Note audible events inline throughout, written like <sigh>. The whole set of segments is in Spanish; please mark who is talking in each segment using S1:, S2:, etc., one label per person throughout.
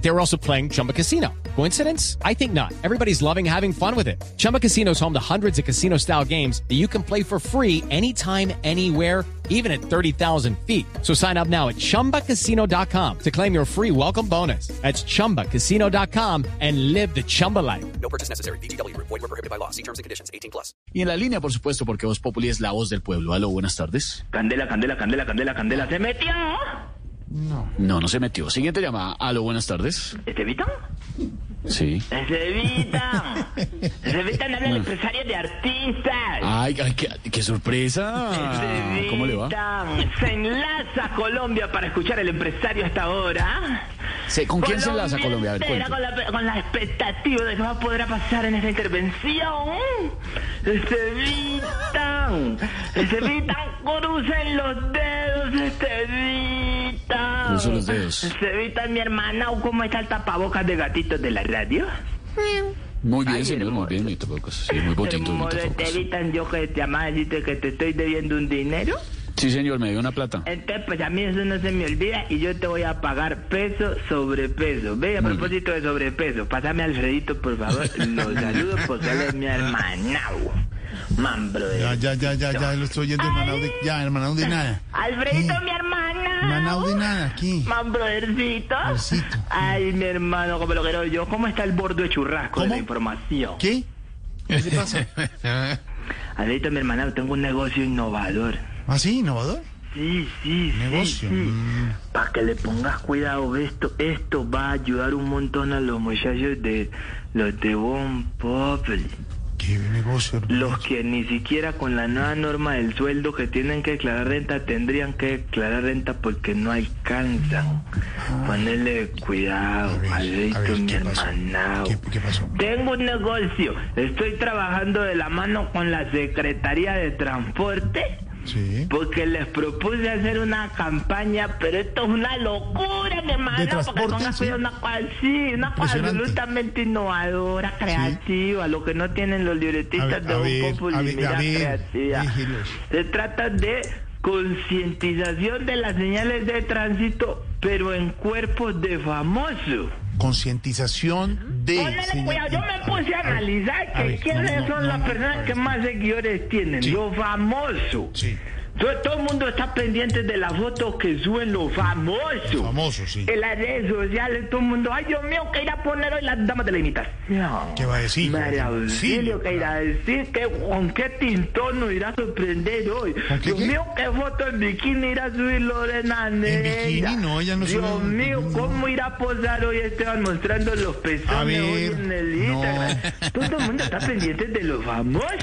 S1: They were also playing Chumba Casino. Coincidence? I think not. Everybody's loving having fun with it. Chumba Casino is home to hundreds of casino style games that you can play for free anytime, anywhere even at 30,000 feet. So sign up now at ChumbaCasino.com to claim your free welcome bonus. That's ChumbaCasino.com and live the Chumba life.
S2: No purchase necessary. BGW. Void were prohibited by law. See terms and conditions. 18 plus.
S3: Y en la línea, por supuesto, porque Voz Populi es la voz del pueblo. Aló, buenas tardes.
S4: Candela, candela, candela, candela, candela. ¿Se metió?
S3: No, no se metió. Siguiente llamada. Aló, buenas tardes.
S4: ¿Estevita?
S3: Sí.
S4: <laughs> Estevita. Estevita habla el empresario de artistas.
S3: Ay, ay, qué, qué
S4: Ah,
S3: sorpresa. ¿Cómo le va?
S4: Estevita, Se enlaza a Colombia para escuchar el empresario hasta ahora.
S3: Se- ¿Con quién se enlaza Colombia? A ver,
S4: entera
S3: cuente.
S4: con, la, con la expectativa de que va a poder pasar en esta intervención. Este Estevita. Estevita, crucen los dedos, este Estevita.
S3: Cruzo los dedos.
S4: Estevita, Este mi hermana, ¿cómo está el tapabocas de gatitos de la radio?
S3: Muy bien,
S4: Ay,
S3: señor, muy bien. mi tapabocas. Sí, muy contento. mi
S4: Hermoso,
S3: tapabocas.
S4: Estevita, este yo que te llamaba a decirte que te estoy debiendo un dinero.
S3: Sí, señor, me dio una plata.
S4: Entonces, pues a mí eso no se me olvida y yo te voy a pagar peso sobre peso. Ve, a propósito de sobrepeso, pásame a Alfredito, por favor.
S5: <laughs>
S4: Los saludo porque él es mi hermanao. Man, brother.
S5: Ya, ya, ya, ya, ya, lo estoy oyendo, hermanado de, ya, hermanado de nada.
S4: Alfredito,
S5: Sí.
S4: mi hermana.
S5: Hermanado Mm. de nada, aquí.
S4: Man, brothercito.
S5: Brothercito.
S4: Ay, mi hermano, como lo quiero yo. ¿Cómo está el bordo de churrasco de la
S5: ¿Cómo?
S4: información?
S5: ¿Qué? ¿Qué le pasa?
S4: Alfredito, mi hermana, tengo un negocio innovador.
S5: ¿Ah, sí, innovador?
S4: Sí, sí, sí,
S5: Negocio.
S4: sí.
S5: Mm.
S4: Para que le pongas cuidado, ve esto, esto va a ayudar un montón a los muchachos de los de Bon Populi.
S5: ¿Qué negocio? hermano?
S4: Los que ni siquiera con la nueva norma del sueldo que tienen que declarar renta tendrían que declarar renta porque no alcanzan. Ponerle cuidado,
S5: Ah. A ver, a
S4: Alberto,
S5: ver,
S4: mi
S5: ¿qué pasó?
S4: hermanao.
S5: ¿Qué, qué pasó?
S4: Tengo un negocio, estoy trabajando de la mano con la Secretaría de Transporte.
S5: Sí.
S4: Porque les propuse hacer una campaña, pero esto es una locura, mi hermano.
S5: De
S4: porque
S5: transporte,
S4: pongas
S5: sí.
S4: cuidado, una cosa, sí, una cosa
S5: Impresionante.
S4: absolutamente innovadora, creativa, lo que no tienen los
S5: A
S4: libretistas
S5: ver,
S4: de
S5: a
S4: un
S5: ver, a
S4: populi,
S5: ver,
S4: mira,
S5: a ver,
S4: creatividad.
S5: déjelos.
S4: Se trata de concientización de las señales de tránsito, pero en cuerpos de famosos.
S5: Concientización de...
S4: Ponele cuidado,
S5: sí,
S4: pues, yo me
S5: ver,
S4: puse a,
S5: ver,
S4: analizar
S5: a
S4: que
S5: ver,
S4: quiénes
S5: no, no,
S4: son
S5: no,
S4: las
S5: no,
S4: personas
S5: a ver,
S4: que más seguidores tienen,
S5: Sí.
S4: los famosos.
S5: Sí.
S4: Todo, todo el mundo está pendiente de las fotos que suben los famosos.
S5: Famosos, sí.
S4: En las redes sociales, todo el mundo, ay Dios mío, que irá a poner hoy las damas de la imitación.
S5: ¿Qué va a decir?
S4: María
S5: Sí.
S4: Auxilio, que irá a decir, que, con qué tintón nos irá a sorprender hoy.
S5: ¿Con qué
S4: Dios
S5: qué?
S4: mío, qué foto en bikini irá a subir Lorena Neira.
S5: bikini? No, ella no
S4: Dios
S5: sube en
S4: mío,
S5: bikini, no.
S4: ¿cómo irá a posar hoy Esteban mostrando los pezones
S5: A ver,
S4: hoy en el
S5: no.
S4: Instagram? Todo el mundo está pendiente de los famosos.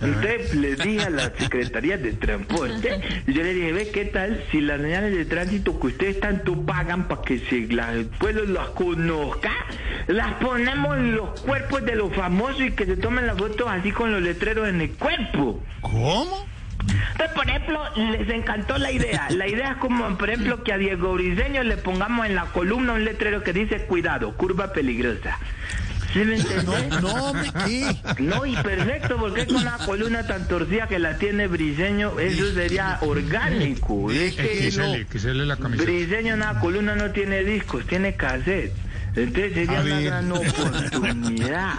S4: Entonces le dije a la Secretaría de Transporte, y yo le dije, ve, ¿qué tal si las señales de tránsito que ustedes tanto pagan para que se, la- el pueblo las conozca, las ponemos en los cuerpos de los famosos y que se tomen las fotos así con los letreros en el cuerpo?
S5: ¿Cómo?
S4: Entonces, por ejemplo, les encantó la idea.
S5: <laughs>
S4: La idea es como, por ejemplo, que a Diego Briseño le pongamos en la columna un letrero que dice, cuidado, curva peligrosa. ¿Sí me entendés?
S5: <laughs> No, no, hombre,
S4: <laughs>
S5: ¿qué?
S4: No, y perfecto, porque con una columna tan torcida que la tiene Briseño, eso sería orgánico. Es que no.
S6: Quísele, quísele la camiseta.
S4: Briseño en una columna no tiene discos, tiene cassette. Entonces sería
S5: A
S4: una
S5: ver.
S4: gran
S5: <laughs>
S4: oportunidad.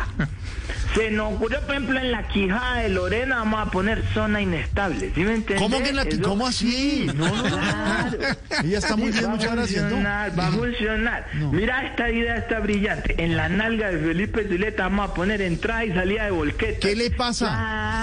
S4: Se nos ocurrió, por ejemplo, en la quijada de Lorena vamos a poner zona inestable. ¿Sí me entiendes?
S5: ¿Cómo que en la
S4: Eso-
S5: ¿Cómo así? No, no,
S4: Claro.
S5: Ella está muy
S4: Sí,
S5: bien,
S4: va
S5: muchas
S4: a
S5: gracias. ¿no?
S4: funcionar, va a funcionar. Mira, esta idea está brillante. En la nalga de Felipe Zuleta vamos a poner entrada y salida de volqueta.
S5: ¿Qué le pasa?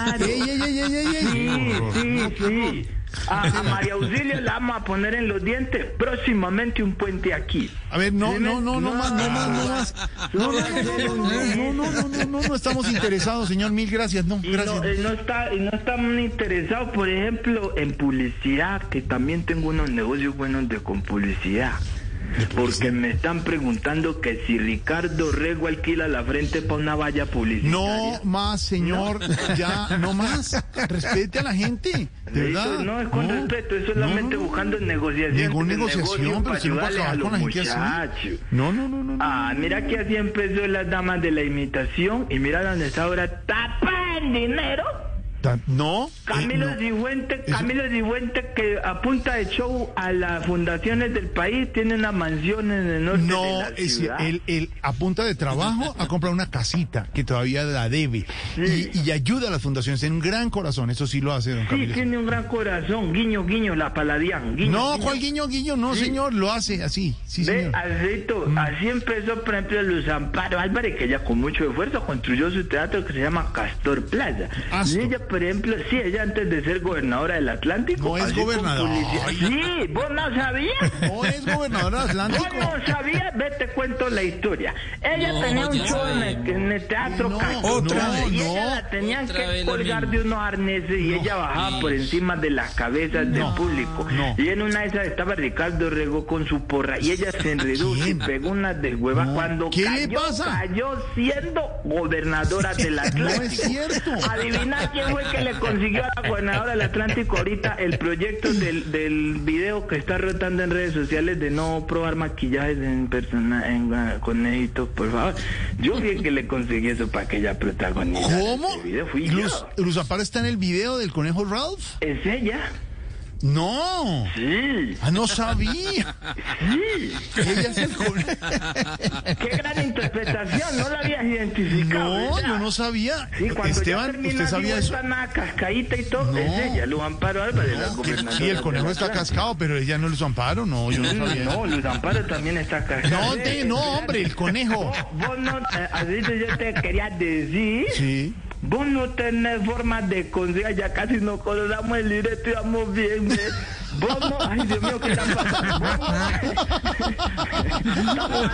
S4: Claro.
S5: Ey, ey, ey, ey, ey, ey.
S4: Sí, sí,
S5: No, qué horror.
S4: sí. A, a María Auxilio la vamos a poner en los dientes. Próximamente un puente aquí.
S5: A ver, no, no, no, no más, no más, no más. No, <laughs> no, no, no, no, no, no, no, no, no estamos interesados, señor. Mil gracias, no,
S4: Y no,
S5: gracias.
S4: eh, no está, y no está muy interesado, por ejemplo, en publicidad, que también tengo unos negocios buenos de con publicidad. Porque me están preguntando que si Ricardo Rego alquila la frente para una valla publicitaria.
S5: No más, señor, <laughs> ya, no más. Respete a la gente, de
S4: Eso
S5: verdad.
S4: no es con respeto, es solamente
S5: no, no.
S4: buscando negociación.
S5: Ninguna negociación, pero si no para acabar con la gente así.
S4: muchachos.
S5: No, no, no, no. no.
S4: Ah, mira que así empezó las damas de la imitación y mira dónde está ahora. ¡Tapa tienen dinero?
S5: Tan- No. eh,
S4: Camilo
S5: no.
S4: Cifuentes,
S5: Eso-
S4: Camilo Cifuentes que apunta de show a las fundaciones del país, tiene una mansión en el norte de
S5: No,
S4: la
S5: es,
S4: ciudad.
S5: él, él apunta de trabajo a comprar una casita que todavía la debe y, y ayuda a las fundaciones en un gran corazón. Eso sí lo hace don
S4: Sí,
S5: Camilo.
S4: tiene un gran corazón, guiño, guiño, la paladián, guiño.
S5: No,
S4: guiño.
S5: ¿cuál guiño, guiño? No, señor, lo hace así. Sí,
S4: Ve,
S5: señor. Mm.
S4: Alfredito, así empezó, por ejemplo, Luz Amparo Álvarez, que ella con mucho esfuerzo construyó su teatro que se llama Castor Plaza.
S5: Astro.
S4: Y ella, por ejemplo, sí, ella antes de ser gobernadora del Atlántico.
S5: No es
S4: así con
S5: gobernadora.
S4: publicidad- Sí, vos no sabías.
S5: No es
S4: <laughs>
S5: gobernador del
S4: Vos
S5: Atlántico.
S4: no sabías, ve, te cuento la historia. Ella
S6: No,
S4: tenía un
S6: ya
S4: show en el,
S6: sabemos.
S4: en el teatro
S5: No,
S4: Castor
S5: Otra
S4: Plaza,
S5: vez.
S4: y
S5: no,
S4: ella la tenían
S6: otra
S4: que
S6: vez lo
S4: colgar
S6: mismo.
S4: de unos arneses y ella bajaba por encima de las cabezas del público.
S5: no.
S4: Y en una de esas estaba Ricardo Rego con su porra y ella se enredó y
S5: ¿Quién?
S4: pegó unas deshuevas
S5: No,
S4: cuando
S5: ¿qué le
S4: cayó,
S5: pasa?
S4: cayó siendo gobernadora del
S5: No
S4: Atlántico.
S5: es cierto.
S4: Adivina quién fue que le consiguió a la gobernadora del Atlántico ahorita el proyecto del, del video que está rotando en redes sociales de no probar maquillajes en persona en, ah, con negritos, por favor. Yo fui el que le conseguí eso para que ella protagonizara.
S5: ¿Cómo?
S4: ese video fui yo.
S5: Luz, Luz Amparo está en el video del conejo Ralph?
S4: ¿Es ella?
S5: No.
S4: Sí.
S5: Ah, no sabía. Ella es el conejo.
S4: Qué gran interpretación, no la habías identificado.
S5: No,
S4: ¿verdad?
S5: yo no sabía.
S4: Sí, cuando ya
S5: Esteban,
S4: termina
S5: ¿usted
S4: así,
S5: sabía eso?
S4: vuelta nada, cascadita y todo,
S5: No.
S4: es ella, Luz Amparo Álvarez, la gobernadora.
S5: Sí, el conejo
S4: del
S5: está
S4: Atlántico.
S5: cascado, pero ella no Luz Amparo. No, yo no sabía.
S4: No, Luz Amparo también está cascada.
S5: No, te- no, hombre, el conejo.
S4: Vos no, eh, así que yo te quería decir,
S5: Sí.
S4: vos no tenés forma de conseguir, ya casi nos coloramos el directo y vamos bien, ¿ves? Vos no, ay Dios mío, ¿qué tan pasando? Vos no-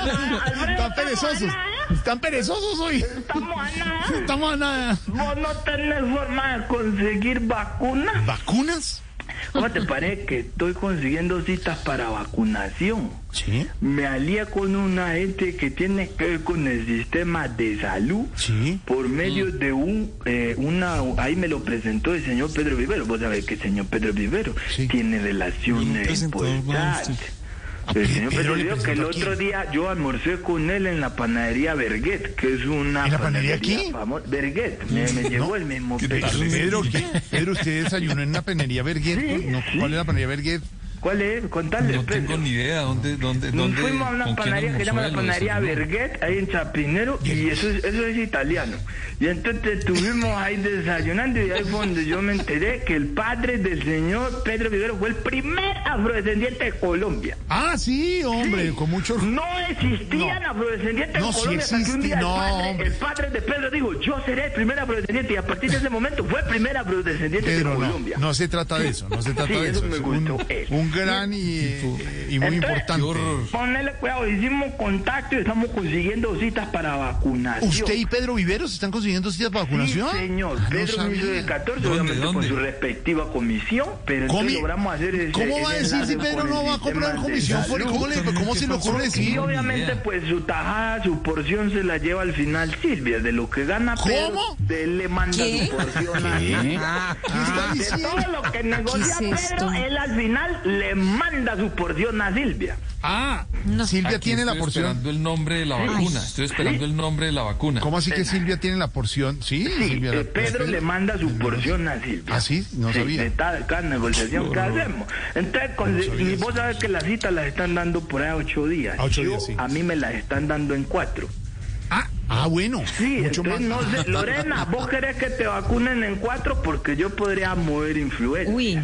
S5: Están perezosos. Están perezosos hoy.
S4: Estamos a nada,
S5: Estamos a nada.
S4: vos no tenés forma de conseguir vacunas.
S5: ¿Vacunas?
S4: ¿Cómo te parece que estoy consiguiendo citas para vacunación?
S5: Sí.
S4: Me alié con una gente que tiene que ver con el sistema de salud
S5: Sí.
S4: por medio de un eh, una ahí me lo presentó el señor Pedro Vivero, vos sabés que el señor Pedro Vivero
S5: Sí.
S4: tiene relaciones
S7: presentó, bueno,
S4: importantes.
S7: usted.
S4: El
S5: Pe-
S4: señor
S5: Pedro
S4: Pedro
S5: le
S4: Vivero que el
S5: presentó a
S4: otro día yo almorcé con él en la panadería Berguet, que es una
S5: ¿En la panadería aquí?
S4: famo- Berguet, me, me llevó el mismo Pedro.
S5: Pedro, ¿qué? Pedro, ¿usted desayunó en una panería Berguet? No, ¿Cuál es la panería Berguet?
S4: ¿Cuál es? Contale,
S7: No tengo
S4: Pedro.
S7: ni idea dónde, dónde,
S4: Nos
S7: dónde.
S4: fuimos a una
S7: con quién
S4: panadería que se llama la
S7: almorzó él,
S4: panadería
S7: o sea, ¿no?
S4: Berguet, ahí en Chapinero, y eso es, eso es italiano. Y entonces estuvimos ahí desayunando y ahí fue donde yo me enteré que el padre del señor Pedro Vivero fue el primer afrodescendiente de Colombia.
S5: Ah, sí, hombre, con mucho orgullo.
S4: No existían
S5: No.
S4: afrodescendientes
S5: No,
S4: en
S5: sí
S4: Colombia hasta que un día
S5: existe- no,
S4: el, padre,
S5: hombre.
S4: el padre de Pedro dijo, yo seré el primer afrodescendiente, y a partir de ese momento fue el primer afrodescendiente de
S5: Pedro, no,
S4: Colombia.
S5: no se trata de eso, no se trata
S4: Sí,
S5: de
S4: eso
S5: eso.
S4: me
S5: es
S4: gustó,
S5: un,
S4: eso.
S5: un gran y, eh, y muy
S4: Entonces-
S5: importante.
S7: Qué horror.
S4: Ponele cuidado, hicimos contacto y estamos consiguiendo citas para vacunación.
S5: ¿Usted y Pedro Viveros están consiguiendo citas de vacunación?
S4: Sí, señor.
S5: Ah, no
S4: Pedro
S5: sabía.
S4: hizo de 14,
S7: ¿Dónde,
S4: obviamente con
S7: dónde?
S4: su respectiva comisión, pero
S5: Comi-
S4: entonces logramos hacer ese,
S5: ¿Cómo va a
S4: ese
S5: decir si
S4: enlace
S5: Pedro
S4: con el
S5: no va a comprar
S4: sistema de
S5: comisión?
S4: salud?
S5: ¿Cómo, le- cómo se le ocurre
S4: Y
S5: decir?
S4: obviamente,
S7: idea.
S4: pues su tajada, su porción se la lleva al final Silvia. De lo que gana Pedro,
S5: ¿Cómo?
S4: de- le manda
S6: ¿Qué?
S4: su porción a
S3: ¿Qué?
S5: ¿Qué está
S4: de todo
S5: diciendo?
S4: lo que negocia
S6: ¿Qué es
S4: Pedro,
S6: esto?
S4: él al final le manda su porción a Silvia.
S5: Ah,
S6: No.
S5: Silvia
S7: Aquí
S5: tiene la
S7: estoy
S5: porción.
S7: esperando el nombre de la vacuna. Estoy esperando el nombre de la vacuna.
S5: ¿Cómo así que Silvia tiene la porción? Sí,
S4: Sí,
S5: Silvia.
S4: eh,
S5: la-
S4: Pedro le manda su porción a Silvia.
S5: ¿Ah, sí? No sabía.
S4: de tal- de cada negociación que hacemos. Entonces, con- y vos sabés que las citas las están dando por ahí a ocho días.
S5: A ocho
S4: Yo-
S5: días, sí.
S4: A mí me las están dando en cuatro.
S5: Ah, ah, bueno.
S4: Sí,
S5: mucho más.
S4: entonces no sé.
S5: <laughs>
S4: Lorena, ¿vos querés que te vacunen en cuatro? Porque yo podría mover influenza. <laughs>
S6: Uy,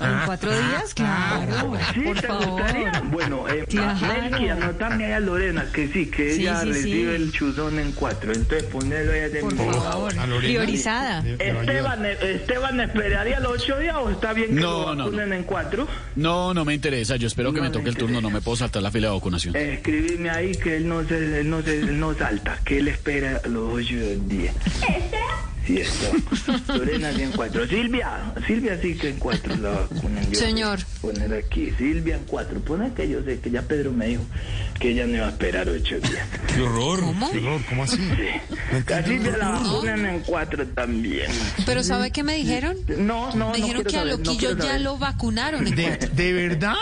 S6: en cuatro días, claro.
S4: Ah, Sí,
S6: Por
S4: ¿te
S6: favor.
S4: gustaría? Bueno, eh,
S6: Claro.
S4: Melqui, anotame ahí a Lorena, que sí, que
S6: Sí,
S4: ella
S6: sí, sí.
S4: recibe el chuzón en cuatro. Entonces ponelo ahí de
S6: Por
S4: mi
S6: favor.
S5: A Lorena.
S6: Priorizada.
S5: Le- le va a ayudar.
S4: Esteban, eh, Esteban, ¿esperaría los ocho días o está bien que
S3: No,
S4: lo
S3: no, no.
S4: vacunen en cuatro?
S3: No, no me interesa. Yo espero que
S4: No
S3: me
S4: me
S3: toque el turno. No me puedo saltar la fila de vacunación.
S4: Eh, Escribime ahí que él no, se, él no, se, él no salta, que él espera los ocho días.
S6: ¿Este?
S4: Sí, está. Lorena sí en cuatro. Silvia, Silvia sí que en cuatro la vacunan. Yo voy a
S6: Señor.
S4: Poner aquí, Silvia en cuatro. Pone que yo sé que ya Pedro me dijo que ella no iba a esperar ocho
S6: <laughs>
S4: días.
S7: ¡Qué horror!
S6: ¿Cómo?
S5: Qué horror, ¿Cómo así? No
S4: A
S5: entiendo.
S4: Silvia la vacunan en cuatro también.
S6: Pero ¿sabe qué me dijeron?
S4: No, no,
S6: Me
S4: no
S6: dijeron
S4: quiero
S6: que a
S4: saber, no
S6: Loquillo
S4: quiero
S6: ya
S4: saber.
S6: lo vacunaron. en
S5: ¿De,
S6: cuatro.
S5: de verdad?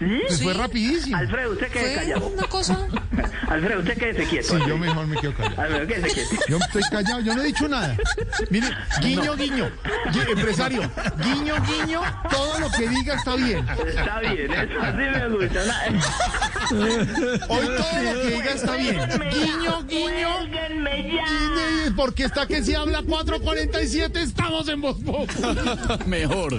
S4: ¿Sí?
S5: Pues fue rapidísimo.
S4: Alfredo, usted quédese
S6: Fue
S4: callado.
S6: una cosa.
S4: <laughs> Alfredo, usted quédese quieto.
S5: Sí, yo
S4: Alfredo.
S5: mejor me quedo callado.
S4: Alfredo, quédese
S5: <laughs>
S4: quieto.
S5: Yo estoy callado, yo no he dicho nada. Mire, guiño, guiño. Gui- empresario, guiño, guiño, todo lo que diga está bien.
S4: Está bien, eso así me gusta.
S5: Hoy todo lo que diga está bien. Guiño, guiño.
S4: Cuélguenme ya.
S5: guiño, Porque está que si habla 447, estamos en voz
S3: <laughs> Mejor.